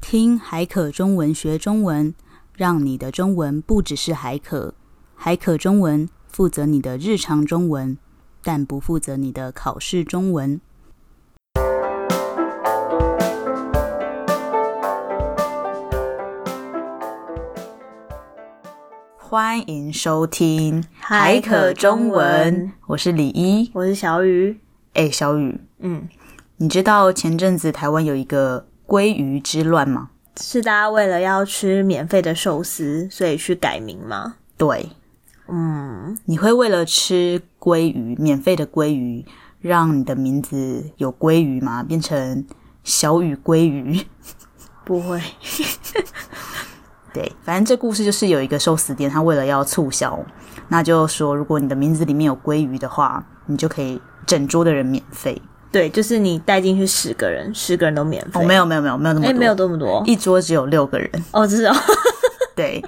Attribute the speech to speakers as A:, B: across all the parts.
A: 听海可中文学中文，让你的中文不只是海可。海可中文负责你的日常中文，但不负责你的考试中文。欢迎收听
B: 海可中文，
A: 我是李一。
B: 我是小雨。
A: 哎，小雨，
B: 嗯，
A: 你知道前阵子台湾有一个鲑鱼之乱吗？
B: 是大家为了要吃免费的寿司，所以去改名吗？
A: 对，
B: 嗯，
A: 你会为了吃鲑鱼，免费的鲑鱼，让你的名字有鲑鱼吗？变成小雨鲑 鱼？
B: 不会。
A: 对，反正这故事就是有一个寿司店，他为了要促销，那就说如果你的名字里面有鲑鱼的话，你就可以整桌的人免费。
B: 对，就是你带进去十个人，十个人都免费。
A: 哦，没有没有没有没有那么
B: 哎、
A: 多，
B: 没有这么多。
A: 一桌只有六个人，
B: 哦，这种
A: 对，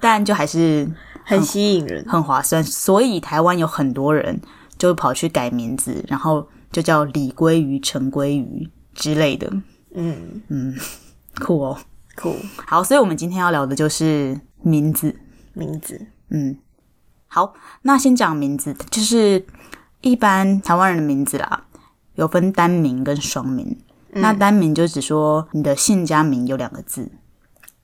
A: 但就还是
B: 很吸引人。
A: 很划算，所以台湾有很多人就跑去改名字，然后就叫李鲑鱼、陈鲑鱼之类的，
B: 嗯，
A: 酷哦。
B: 酷
A: 好，所以我们今天要聊的就是名字。
B: 名字。
A: 嗯，好，那先讲名字，就是一般台湾人的名字啦，有分单名跟双名。那单名就只说你的姓加名有两个字，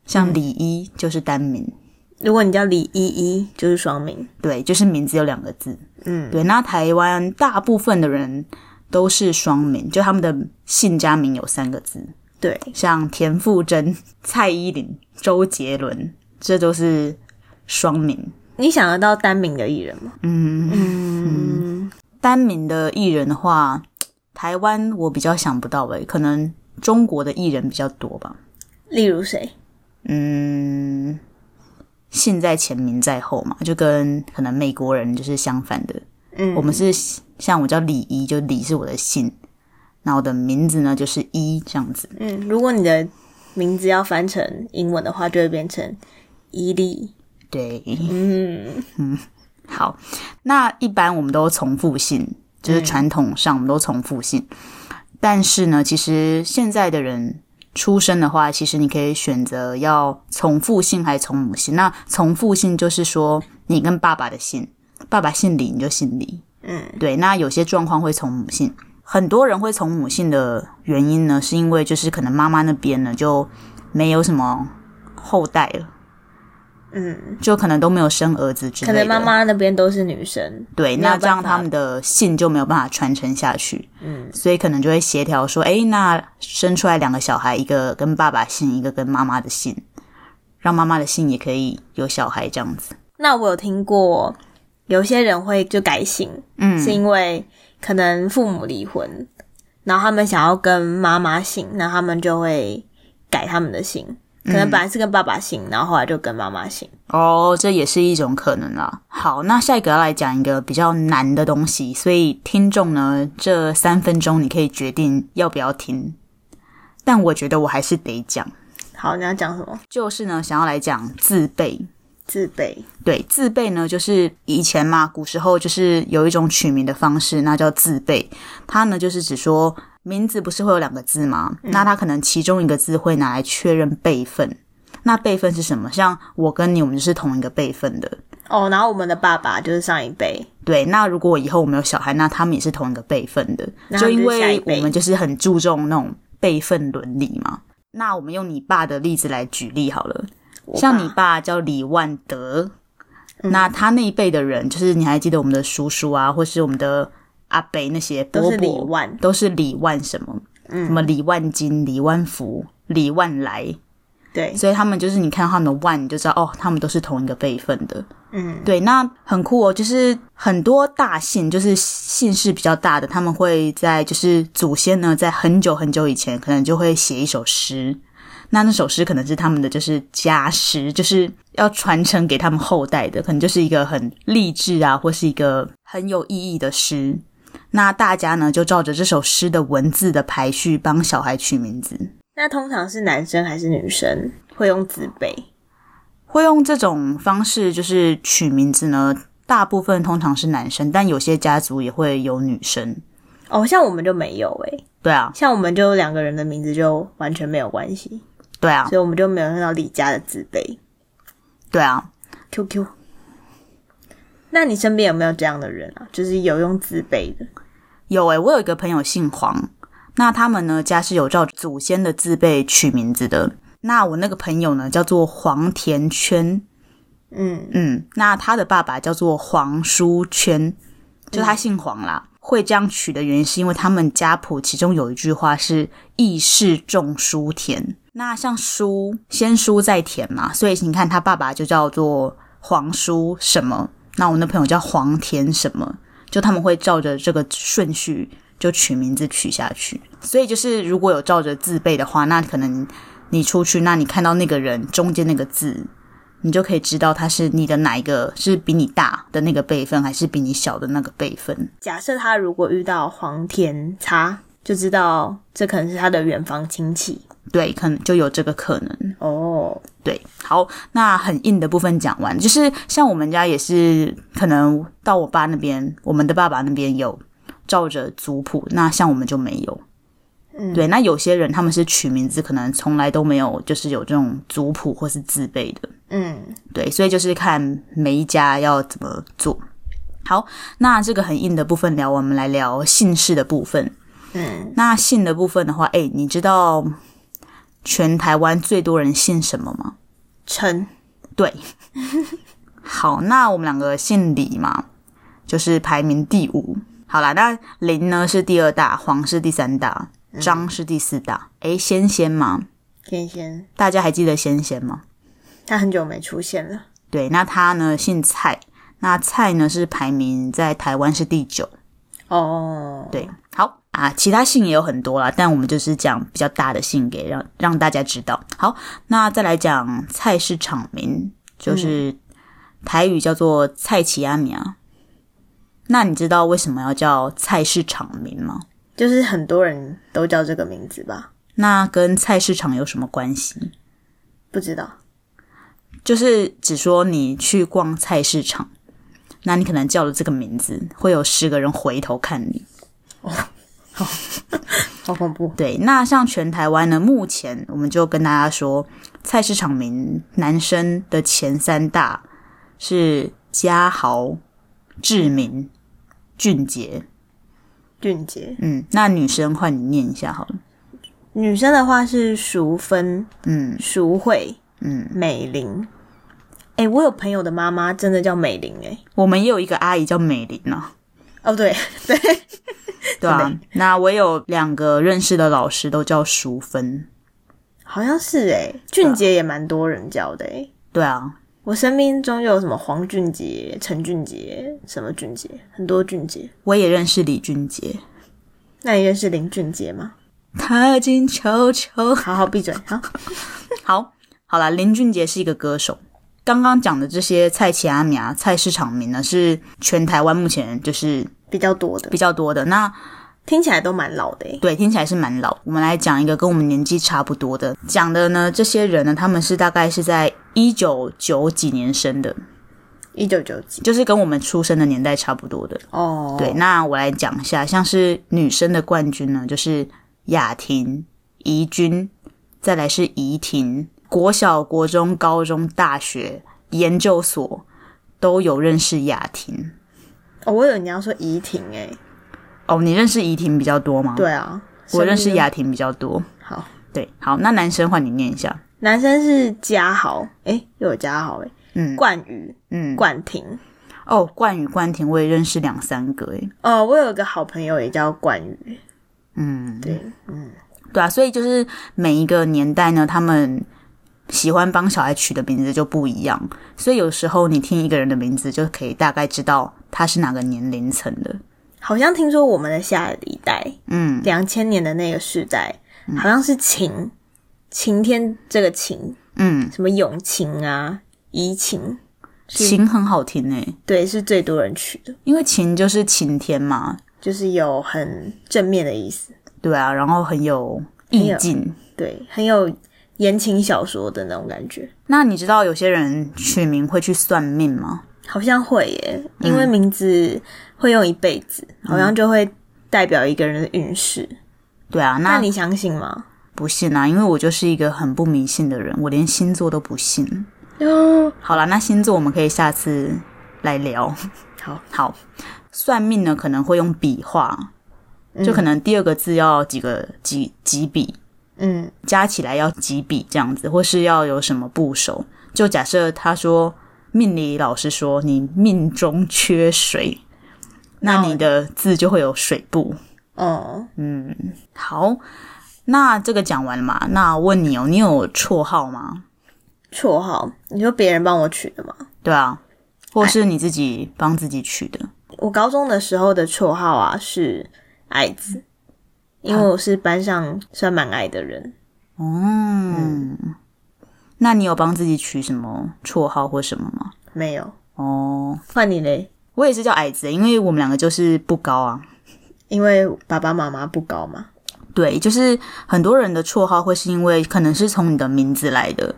A: 像李一就是单名，
B: 如果你叫李依依，就是双名。
A: 对，就是名字有两个字。
B: 嗯，
A: 对，那台湾大部分的人都是双名，就他们的姓加名有三个字，
B: 对，
A: 像田馥甄、蔡依林、周杰伦，这都是双名。
B: 你想得到单名的艺人吗？嗯
A: 嗯单名的艺人的话，台湾我比较想不到诶、可能中国的艺人比较多吧。
B: 例如谁？
A: 嗯，姓在前，名在后嘛，就跟可能美国人就是相反的。
B: 嗯
A: 我们是像我叫李一，就李是我的姓，那我的名字呢就是一这样子。
B: 嗯，如果你的名字要翻成英文的话，就会变成伊利。
A: 对，
B: 嗯，
A: 好，那一般我们都重复性，就是
B: 嗯
A: 传统上我们都重复性。但是呢，其实现在的人出生的话，其实你可以选择要重复姓还是从母姓。那重复姓就是说你跟爸爸的姓，爸爸姓李你就姓李。
B: 嗯，
A: 对。那有些状况会从母姓，很多人会从母姓的原因呢，是因为就是可能妈妈那边呢就没有什么后代了，
B: 嗯，
A: 就可能都没有生儿子之类
B: 可
A: 的。
B: 能妈妈那边都是女生，
A: 对，
B: 没有
A: 那这样
B: 办法
A: 他们的姓就没有办法传承下去，
B: 嗯，
A: 所以可能就会协调说，诶，那生出来两个小孩，一个跟爸爸姓，一个跟妈妈的姓，让妈妈的姓也可以有小孩这样子。
B: 那我有听过，有些人会就改姓，
A: 嗯
B: 是因为可能父母离婚，然后他们想要跟妈妈姓，那他们就会改他们的姓，可能本来是跟爸爸姓，然后后来就跟妈妈姓。
A: 哦，这也是一种可能啦。好，那下一个要来讲一个比较难的东西，所以听众呢，这三分钟你可以决定要不要听，但我觉得我还是得讲，
B: 好，你要讲什么？
A: 就是呢，想要来讲自卑。
B: 自卑。
A: 对，自备呢，就是以前嘛，古时候就是有一种取名的方式，那叫自备。它呢，就是指说名字不是会有两个字吗？那它可能其中一个字会拿来确认辈分。那辈分是什么？像我跟你，我们就是同一个辈分的。
B: 哦，然后我们的爸爸就是上一辈，
A: 对，那如果我以后我们有小孩，那他们也是同一个辈分的，
B: 那他
A: 就
B: 们
A: 因
B: 就是下一
A: 为
B: 辈
A: 我们就是很注重那种辈分伦理嘛。那我们用你爸的例子来举例好了，
B: 我
A: 像
B: 爸嗯
A: 你爸叫李万德，那他那一辈的人，就是你还记得我们的叔叔啊，或是我们的阿伯那些伯伯，
B: 都是李万嗯
A: 都是李万什么，什么李万金、李万福、李万来，
B: 对，
A: 所以他们就是你看到他们的万，你就知道哦，他们都是同一个辈分的。
B: 嗯，
A: 对，那很酷哦，就是很多大姓，就是姓氏比较大的，他们会在就是祖先呢，在很久很久以前，可能就会写一首诗。那那首诗可能是他们的就是家诗，就是要传承给他们后代的，可能就是一个很励志啊，或是一个很有意义的诗。那大家呢就照着这首诗的文字的排序帮小孩取名字。
B: 那通常是男生还是女生会用自卑？
A: 会用这种方式就是取名字呢，大部分通常是男生，但有些家族也会有女生。
B: 哦，像我们就没有诶、
A: 对啊，
B: 像我们就两个人的名字就完全没有关系。
A: 对啊，
B: 所以我们就没有用到李家的字辈。
A: 对啊，
B: QQ。那你身边有没有这样的人啊？就是有用字辈的，
A: 有欸诶、我有一个朋友姓黄，那他们呢家是有照祖先的字辈取名字的。那我那个朋友呢叫做黄田圈，
B: 嗯，
A: 嗯，那他的爸爸叫做黄书圈，就他姓黄啦。会这样取的原因是因为他们家谱其中有一句话是“义士种书田”，那像书先书再田嘛，所以你看他爸爸就叫做黄书什么，那我那朋友叫黄田什么，就他们会照着这个顺序就取名字取下去。所以就是如果有照着字辈的话，那可能你出去，那你看到那个人中间那个字，你就可以知道他是你的哪一个是比你大的那个辈分，还是比你小的那个辈分。
B: 假设他如果遇到黄田叉，就知道这可能是他的远房亲戚
A: 对，可能就有这个可能。
B: 哦。
A: 对，好，那很硬的部分讲完，就是像我们家也是，可能到我爸那边，我们的爸爸那边有照着族谱，那像我们就没有。
B: 嗯
A: 对，那有些人他们是取名字，可能从来都没有，就是有这种族谱或是字辈的。
B: 嗯，
A: 对，所以就是看每一家要怎么做。好，那这个很硬的部分聊完，我们来聊姓氏的部分。
B: 嗯，
A: 那姓的部分的话，哎、你知道全台湾最多人姓什么吗？
B: 陈
A: 对，好，那我们两个姓李嘛，就是排名第五。好啦，那林呢是第二大，黄是第三大，张是第四大。哎、仙仙嘛，
B: 天仙，
A: 大家还记得仙仙吗？
B: 他很久没出现了。
A: 对，那他呢姓蔡，那蔡呢是排名在台湾是第九。
B: 哦，
A: 对，好啊，其他姓也有很多啦，但我们就是讲比较大的姓给让让大家知道。好，那再来讲菜市场名，就是台语叫做菜奇阿米啊。那你知道为什么要叫菜市场名吗？
B: 就是很多人都叫这个名字吧？
A: 那跟菜市场有什么关系？
B: 不知道。
A: 就是只说你去逛菜市场，那你可能叫了这个名字，会有十个人回头看你。
B: 好恐怖！
A: 对，那像全台湾呢，目前我们就跟大家说，菜市场名男生的前三大是嘉豪、志明、俊杰。
B: 俊杰，
A: 嗯，那女生换你念一下好了。
B: 女生的话是淑芬、
A: 嗯
B: 淑慧、
A: 嗯，
B: 美玲。哎、我有朋友的妈妈真的叫美玲哎、
A: 我们也有一个阿姨叫美玲啊，
B: 哦， 对对，
A: 对啊。那我有两个认识的老师都叫淑芬，
B: 好像是哎、俊杰也蛮多人叫的哎、
A: 对啊，
B: 我生命中就有什么黄俊杰、陈俊杰、什么俊杰，很多俊杰。
A: 我也认识李俊杰。
B: 那你认识林俊杰吗？
A: 踏进球球。
B: 好好闭嘴，好，
A: 好，好了，林俊杰是一个歌手。刚刚讲的这些菜奇阿米啊、菜市场名呢，是全台湾目前就是
B: 比较多的
A: 比，较多的。那
B: 听起来都蛮老的、欸。
A: 对，听起来是蛮老。我们来讲一个跟我们年纪差不多的，讲的呢，这些人呢，他们是大概是在一九九几年生的，
B: 一九九几
A: 就是跟我们出生的年代差不多的。
B: 哦，
A: 对，，那我来讲一下，像是女生的冠军呢，就是雅婷、怡君，再来是怡婷，国小、国中、高中、大学、研究所都有认识雅婷。
B: 哦，我以为你要说怡婷哎、
A: 哦，你认识怡婷比较多吗？，
B: 对啊，
A: 我认识
B: 生命
A: 雅婷比较多。
B: 中。好，
A: 对，好，那男生换你念一下。
B: 男生是嘉豪，哎、又有嘉豪哎、
A: 嗯
B: 冠宇、
A: 嗯，
B: 冠廷。
A: 哦，冠宇、冠廷我也认识两三个诶。
B: 哦，我有一个好朋友也叫冠宇，
A: 嗯，
B: 对，
A: 对啊，所以就是每一个年代呢，他们喜欢帮小孩取的名字就不一样，所以有时候你听一个人的名字，就可以大概知道他是哪个年龄层的。
B: 好像听说我们的下一代
A: 嗯，
B: 两千年的那个时代，好像是晴晴天这个晴，
A: 嗯，
B: 什么永晴啊、怡晴，是
A: 晴很好听诶、
B: 对，是最多人取的，
A: 因为晴就是晴天嘛，
B: 就是有很正面的意思，
A: 对啊，然后很有意境。
B: 对，很有言情小说的那种感觉。
A: 那你知道有些人取名会去算命吗？
B: 好像会耶，因为名字会用一辈子，好像就会代表一个人的运势。
A: 对啊，那
B: 那你相信吗？
A: 不信啊，因为我就是一个很不迷信的人，我连星座都不信。
B: 哦，
A: 好啦，那星座我们可以下次来聊。
B: 好，
A: 好，算命呢可能会用笔画，就可能第二个字要几个几几笔，
B: 嗯
A: 加起来要几笔这样子，或是要有什么部首。就假设他说命理老师说你命中缺水，那你的字就会有水部。
B: 哦，
A: 好，那这个讲完了嘛？那问你哦，你有绰号吗？
B: 绰号，你说别人帮我取的吗？
A: 对啊，或是你自己帮自己取的？
B: 我高中的时候的绰号啊是矮子，因为我是班上算蛮矮的人。
A: 嗯，那你有帮自己取什么绰号或什么吗？
B: 没有，
A: 哦，
B: 换你嘞，
A: 我也是叫矮子，欸因为我们两个就是不高啊。
B: 因为爸爸妈妈不高嘛。
A: 对，就是很多人的绰号会是因为可能是从你的名字来的，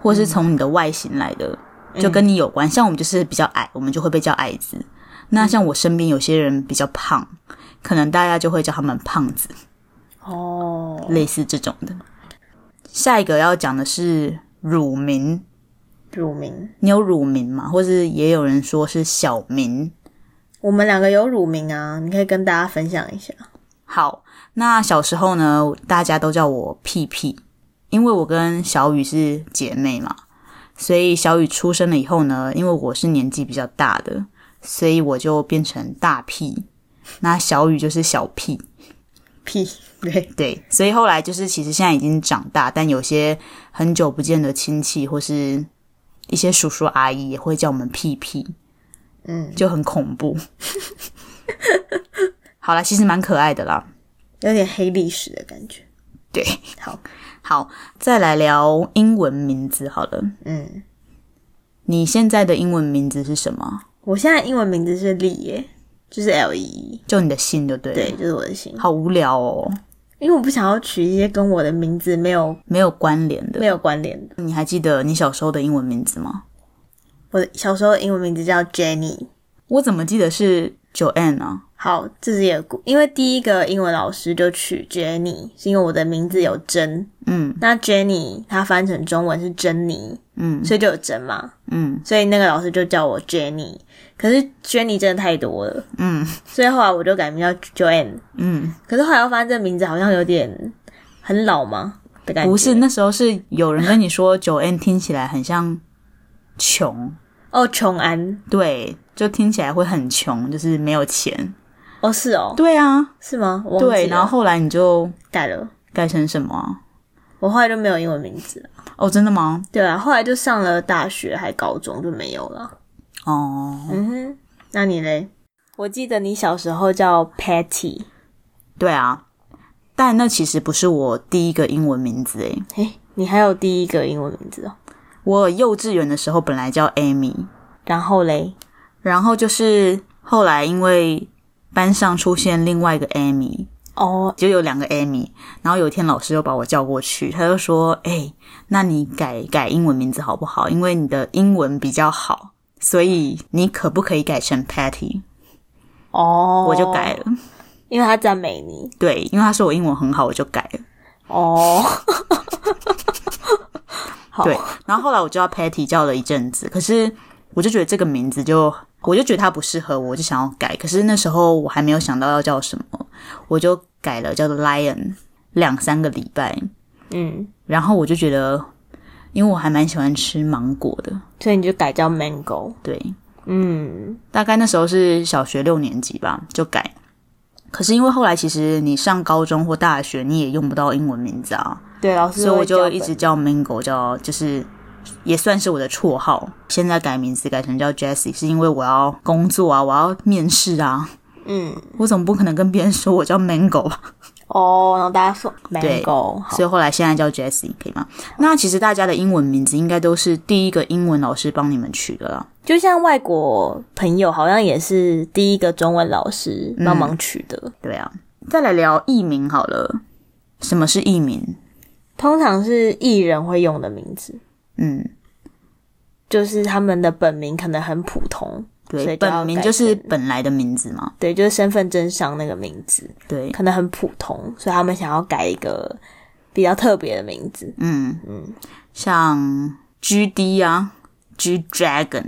A: 或是从你的外形来的，就跟你有关。像我们就是比较矮，我们就会被叫矮子。那像我身边有些人比较胖，可能大家就会叫他们胖子，
B: 哦，
A: 类似这种的。下一个要讲的是乳名，
B: 乳名，
A: 你有乳名吗？或是也有人说是小名？
B: 我们两个有乳名啊，你可以跟大家分享一下。
A: 好，那小时候呢，大家都叫我屁屁，因为我跟小雨是姐妹嘛，所以小雨出生了以后呢，因为我是年纪比较大的，所以我就变成大屁，那小雨就是小屁，
B: 屁，对，
A: 对，所以后来就是其实现在已经长大，但有些很久不见的亲戚或是一些叔叔阿姨也会叫我们屁屁，
B: 嗯，
A: 就很恐怖。 好啦，其实蛮可爱的啦，
B: 有点黑历史的感觉。
A: 对，
B: 好，
A: 好，再来聊英文名字好了。
B: 嗯，
A: 你现在的英文名字是什么？
B: 我现在英文名字是丽耶，就是 L E，
A: 就你的姓，对不对？
B: 对，，就是我的姓，
A: 好无聊哦，
B: 因为我不想要取一些跟我的名字没有
A: 没有关联的。
B: 没有关联的。
A: 你还记得你小时候的英文名字吗？
B: 我的小时候的英文名字叫 Jenny。
A: 我怎么记得是 Joanne 啊？
B: 好，这是也故，因为第一个英文老师就取 Jenny，是因为我的名字有珍，
A: 嗯
B: 那 Jenny 它翻成中文是珍妮，
A: 嗯
B: 所以就有珍嘛。
A: 嗯
B: 所以那个老师就叫我 Jenny。可是 Jenny 真的太多了，
A: 嗯
B: 所以后来我就改名叫 Joanne。
A: 嗯，
B: 可是后来我发现这名字好像有点很老嘛的感觉。
A: 不是，那时候是有人跟你说 Joanne 听起来很像穷，
B: 哦，琼安
A: 对，就听起来会很穷，就是没有钱。
B: 哦，是哦，
A: 对啊，
B: 是吗？我忘记
A: 对，
B: 了
A: 然后后来你就
B: 改了，
A: 改成什么啊、
B: 我后来就没有英文名字了。
A: 哦，真的吗？
B: 对啊，后来就上了大学还高中就没有了。
A: 哦，
B: 嗯哼，那你嘞？我记得你小时候叫 Patty，
A: 对啊，但那其实不是我第一个英文名字诶，
B: 嘿，你还有第一个英文名字哦。
A: 我幼稚园的时候本来叫 Amy，
B: 然后嘞，
A: 然后就是后来因为班上出现另外一个 Amy，
B: 哦，
A: 就有两个 Amy，然后有一天老师又把我叫过去，他就说：“哎、那你改改英文名字好不好？因为你的英文比较好，所以你可不可以改成 Patty？”
B: 哦，
A: 我就改了，
B: 因为他赞美你
A: 对，因为他说我英文很好，我就改了。
B: 哦。 好
A: 对，然后后来我就叫 Patty 叫了一阵子，可是我就觉得这个名字就，我就觉得它不适合我，我就想要改。可是那时候我还没有想到要叫什么，我就改了叫做 Lion，两三个礼拜，
B: 嗯，
A: 然后我就觉得，因为我还蛮喜欢吃芒果的，
B: 所以你就改叫 Mango。
A: 对，
B: 嗯，
A: 大概那时候是小学六年级吧，就改。可是因为后来其实你上高中或大学，你也用不到英文名字啊，
B: 对，老师
A: 所以我
B: 会叫
A: 就
B: 本
A: 一直叫 Mango，叫就是也算是我的绰号。现在改名字改成叫 Jessie，是因为我要工作啊，我要面试啊，
B: 嗯
A: 我总不可能跟别人说我叫 Mango 吧。
B: 哦，然后大家说 Mango 好
A: 所以后来现在叫 Jessie，可以吗？那其实大家的英文名字应该都是第一个英文老师帮你们取的啦。
B: 就像外国朋友好像也是第一个中文老师帮忙取的，
A: 对啊，再来聊艺名好了。什么是艺名？
B: 通常是艺人会用的名字，
A: 嗯，
B: 就是他们的本名可能很普通，所
A: 对，
B: 以就要
A: 本名
B: 改
A: 就是
B: 成
A: 本来的名字嘛。
B: 对，就是身份证上那个名字
A: 对，
B: 可能很普通，所以他们想要改一个比较特别的名字。
A: 嗯嗯，像 G D 啊，G Dragon，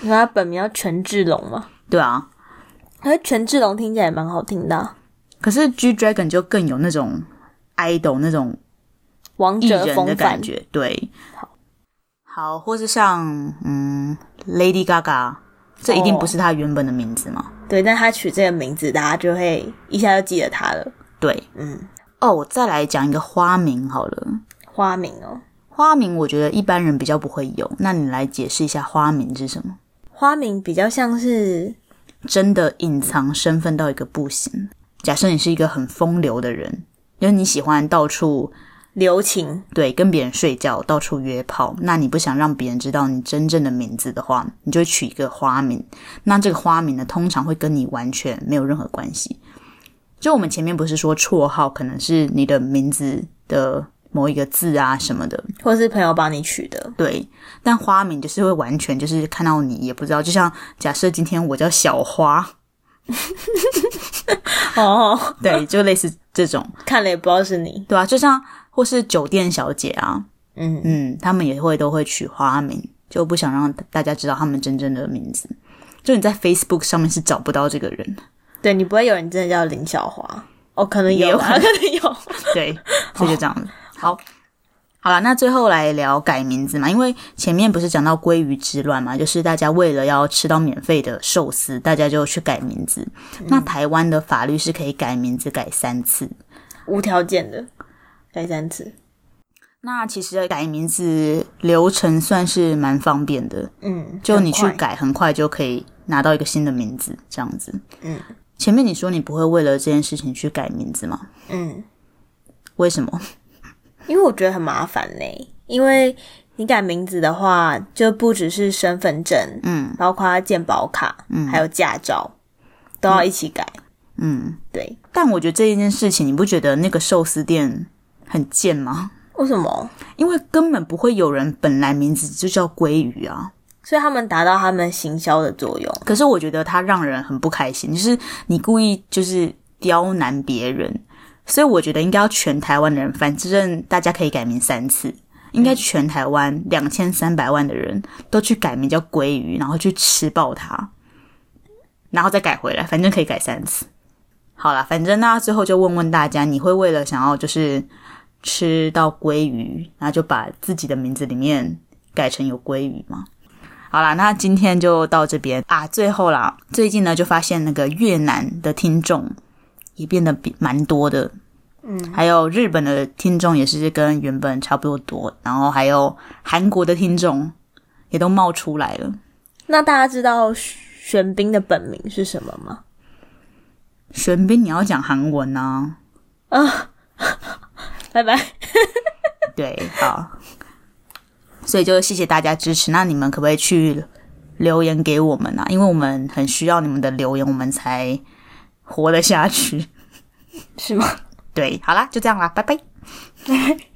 B: 你说他本名叫权志龙吗？
A: 对啊，
B: 可是权志龙听起来也蛮好听的啊、
A: 可是 G Dragon 就更有那种 idol 那种
B: 王
A: 艺
B: 者
A: 人
B: 风
A: 的
B: 范
A: 感。觉，对
B: 好。
A: 好，或是像嗯，Lady Gaga，这一定
B: 哦
A: 不是她原本的名字嘛？
B: 对，但他取这个名字，大家就会一下就记得他了。
A: 对，
B: 嗯，
A: 哦，我再来讲一个花名好了。
B: 花名哦，
A: 花名我觉得一般人比较不会有，那你来解释一下花名是什么？
B: 花名比较像是
A: 真的隐藏身份到一个不行。假设你是一个很风流的人，因为你喜欢到处
B: 留情，
A: 对跟别人睡觉，到处约炮，那你不想让别人知道你真正的名字的话，你就会取一个花名。那这个花名呢，通常会跟你完全没有任何关系。就我们前面不是说绰号可能是你的名字的某一个字啊什么的，
B: 或是朋友帮你取的。
A: 对，但花名就是会完全就是看到你也不知道，就像假设今天我叫小花，
B: 哦，
A: 对，就类似这种，
B: 看了也不知道是你。
A: 对吧、啊就像或是酒店小姐啊，
B: 嗯，
A: 嗯，他们也会都会取花名，就不想让大家知道他们真正的名字。就你在 Facebook 上面是找不到这个 人，
B: 对你不会有人真的叫林小华。哦，可能
A: 也有
B: 有啊，可能有。
A: 对，所以就这样子。好，好了，那最后来聊改名字嘛，因为前面不是讲到鲑鱼之乱嘛，就是大家为了要吃到免费的寿司，大家就去改名字。那台湾的法律是可以改名字改三次。
B: 无条件的改三次。
A: 那其实改名字流程算是蛮方便的，
B: 嗯，
A: 就你去
B: 很快
A: 改，很快就可以拿到一个新的名字，这样子。
B: 嗯，
A: 前面你说你不会为了这件事情去改名字吗？
B: 嗯，
A: 为什么？
B: 因为我觉得很麻烦嘞、因为你改名字的话，就不只是身份证，
A: 嗯
B: 包括健保卡，嗯，还有驾照，都要一起改。
A: 嗯，
B: 对，
A: 但我觉得这一件事情，你不觉得那个寿司店很贱吗？
B: 为什么？
A: 因为根本不会有人本来名字就叫鲑鱼啊。
B: 所以他们达到他们行销的作用。
A: 可是我觉得它让人很不开心，就是你故意就是刁难别人，所以我觉得应该要全台湾的人，反正大家可以改名三次，应该全台湾两千三百万的人都去改名叫鲑鱼，然后去吃爆它，然后再改回来，反正可以改三次。好啦，反正那最后就问问大家，你会为了想要就是吃到鲑鱼，然后就把自己的名字里面改成有鲑鱼吗？好啦，那今天就到这边啊。最后啦，最近呢就发现那个越南的听众也变得比蛮多的，嗯，还有日本的听众也是跟原本差不多多，然后还有韩国的听众也都冒出来了。
B: 那大家知道玄彬的本名是什么吗？
A: 玄彬，你要讲韩文啊？
B: 拜拜。
A: 对，好，所以就谢谢大家支持。那你们可不可以去留言给我们啊？因为我们很需要你们的留言，我们才活得下去。
B: 是吗？
A: 对，好啦，就这样啦，拜拜。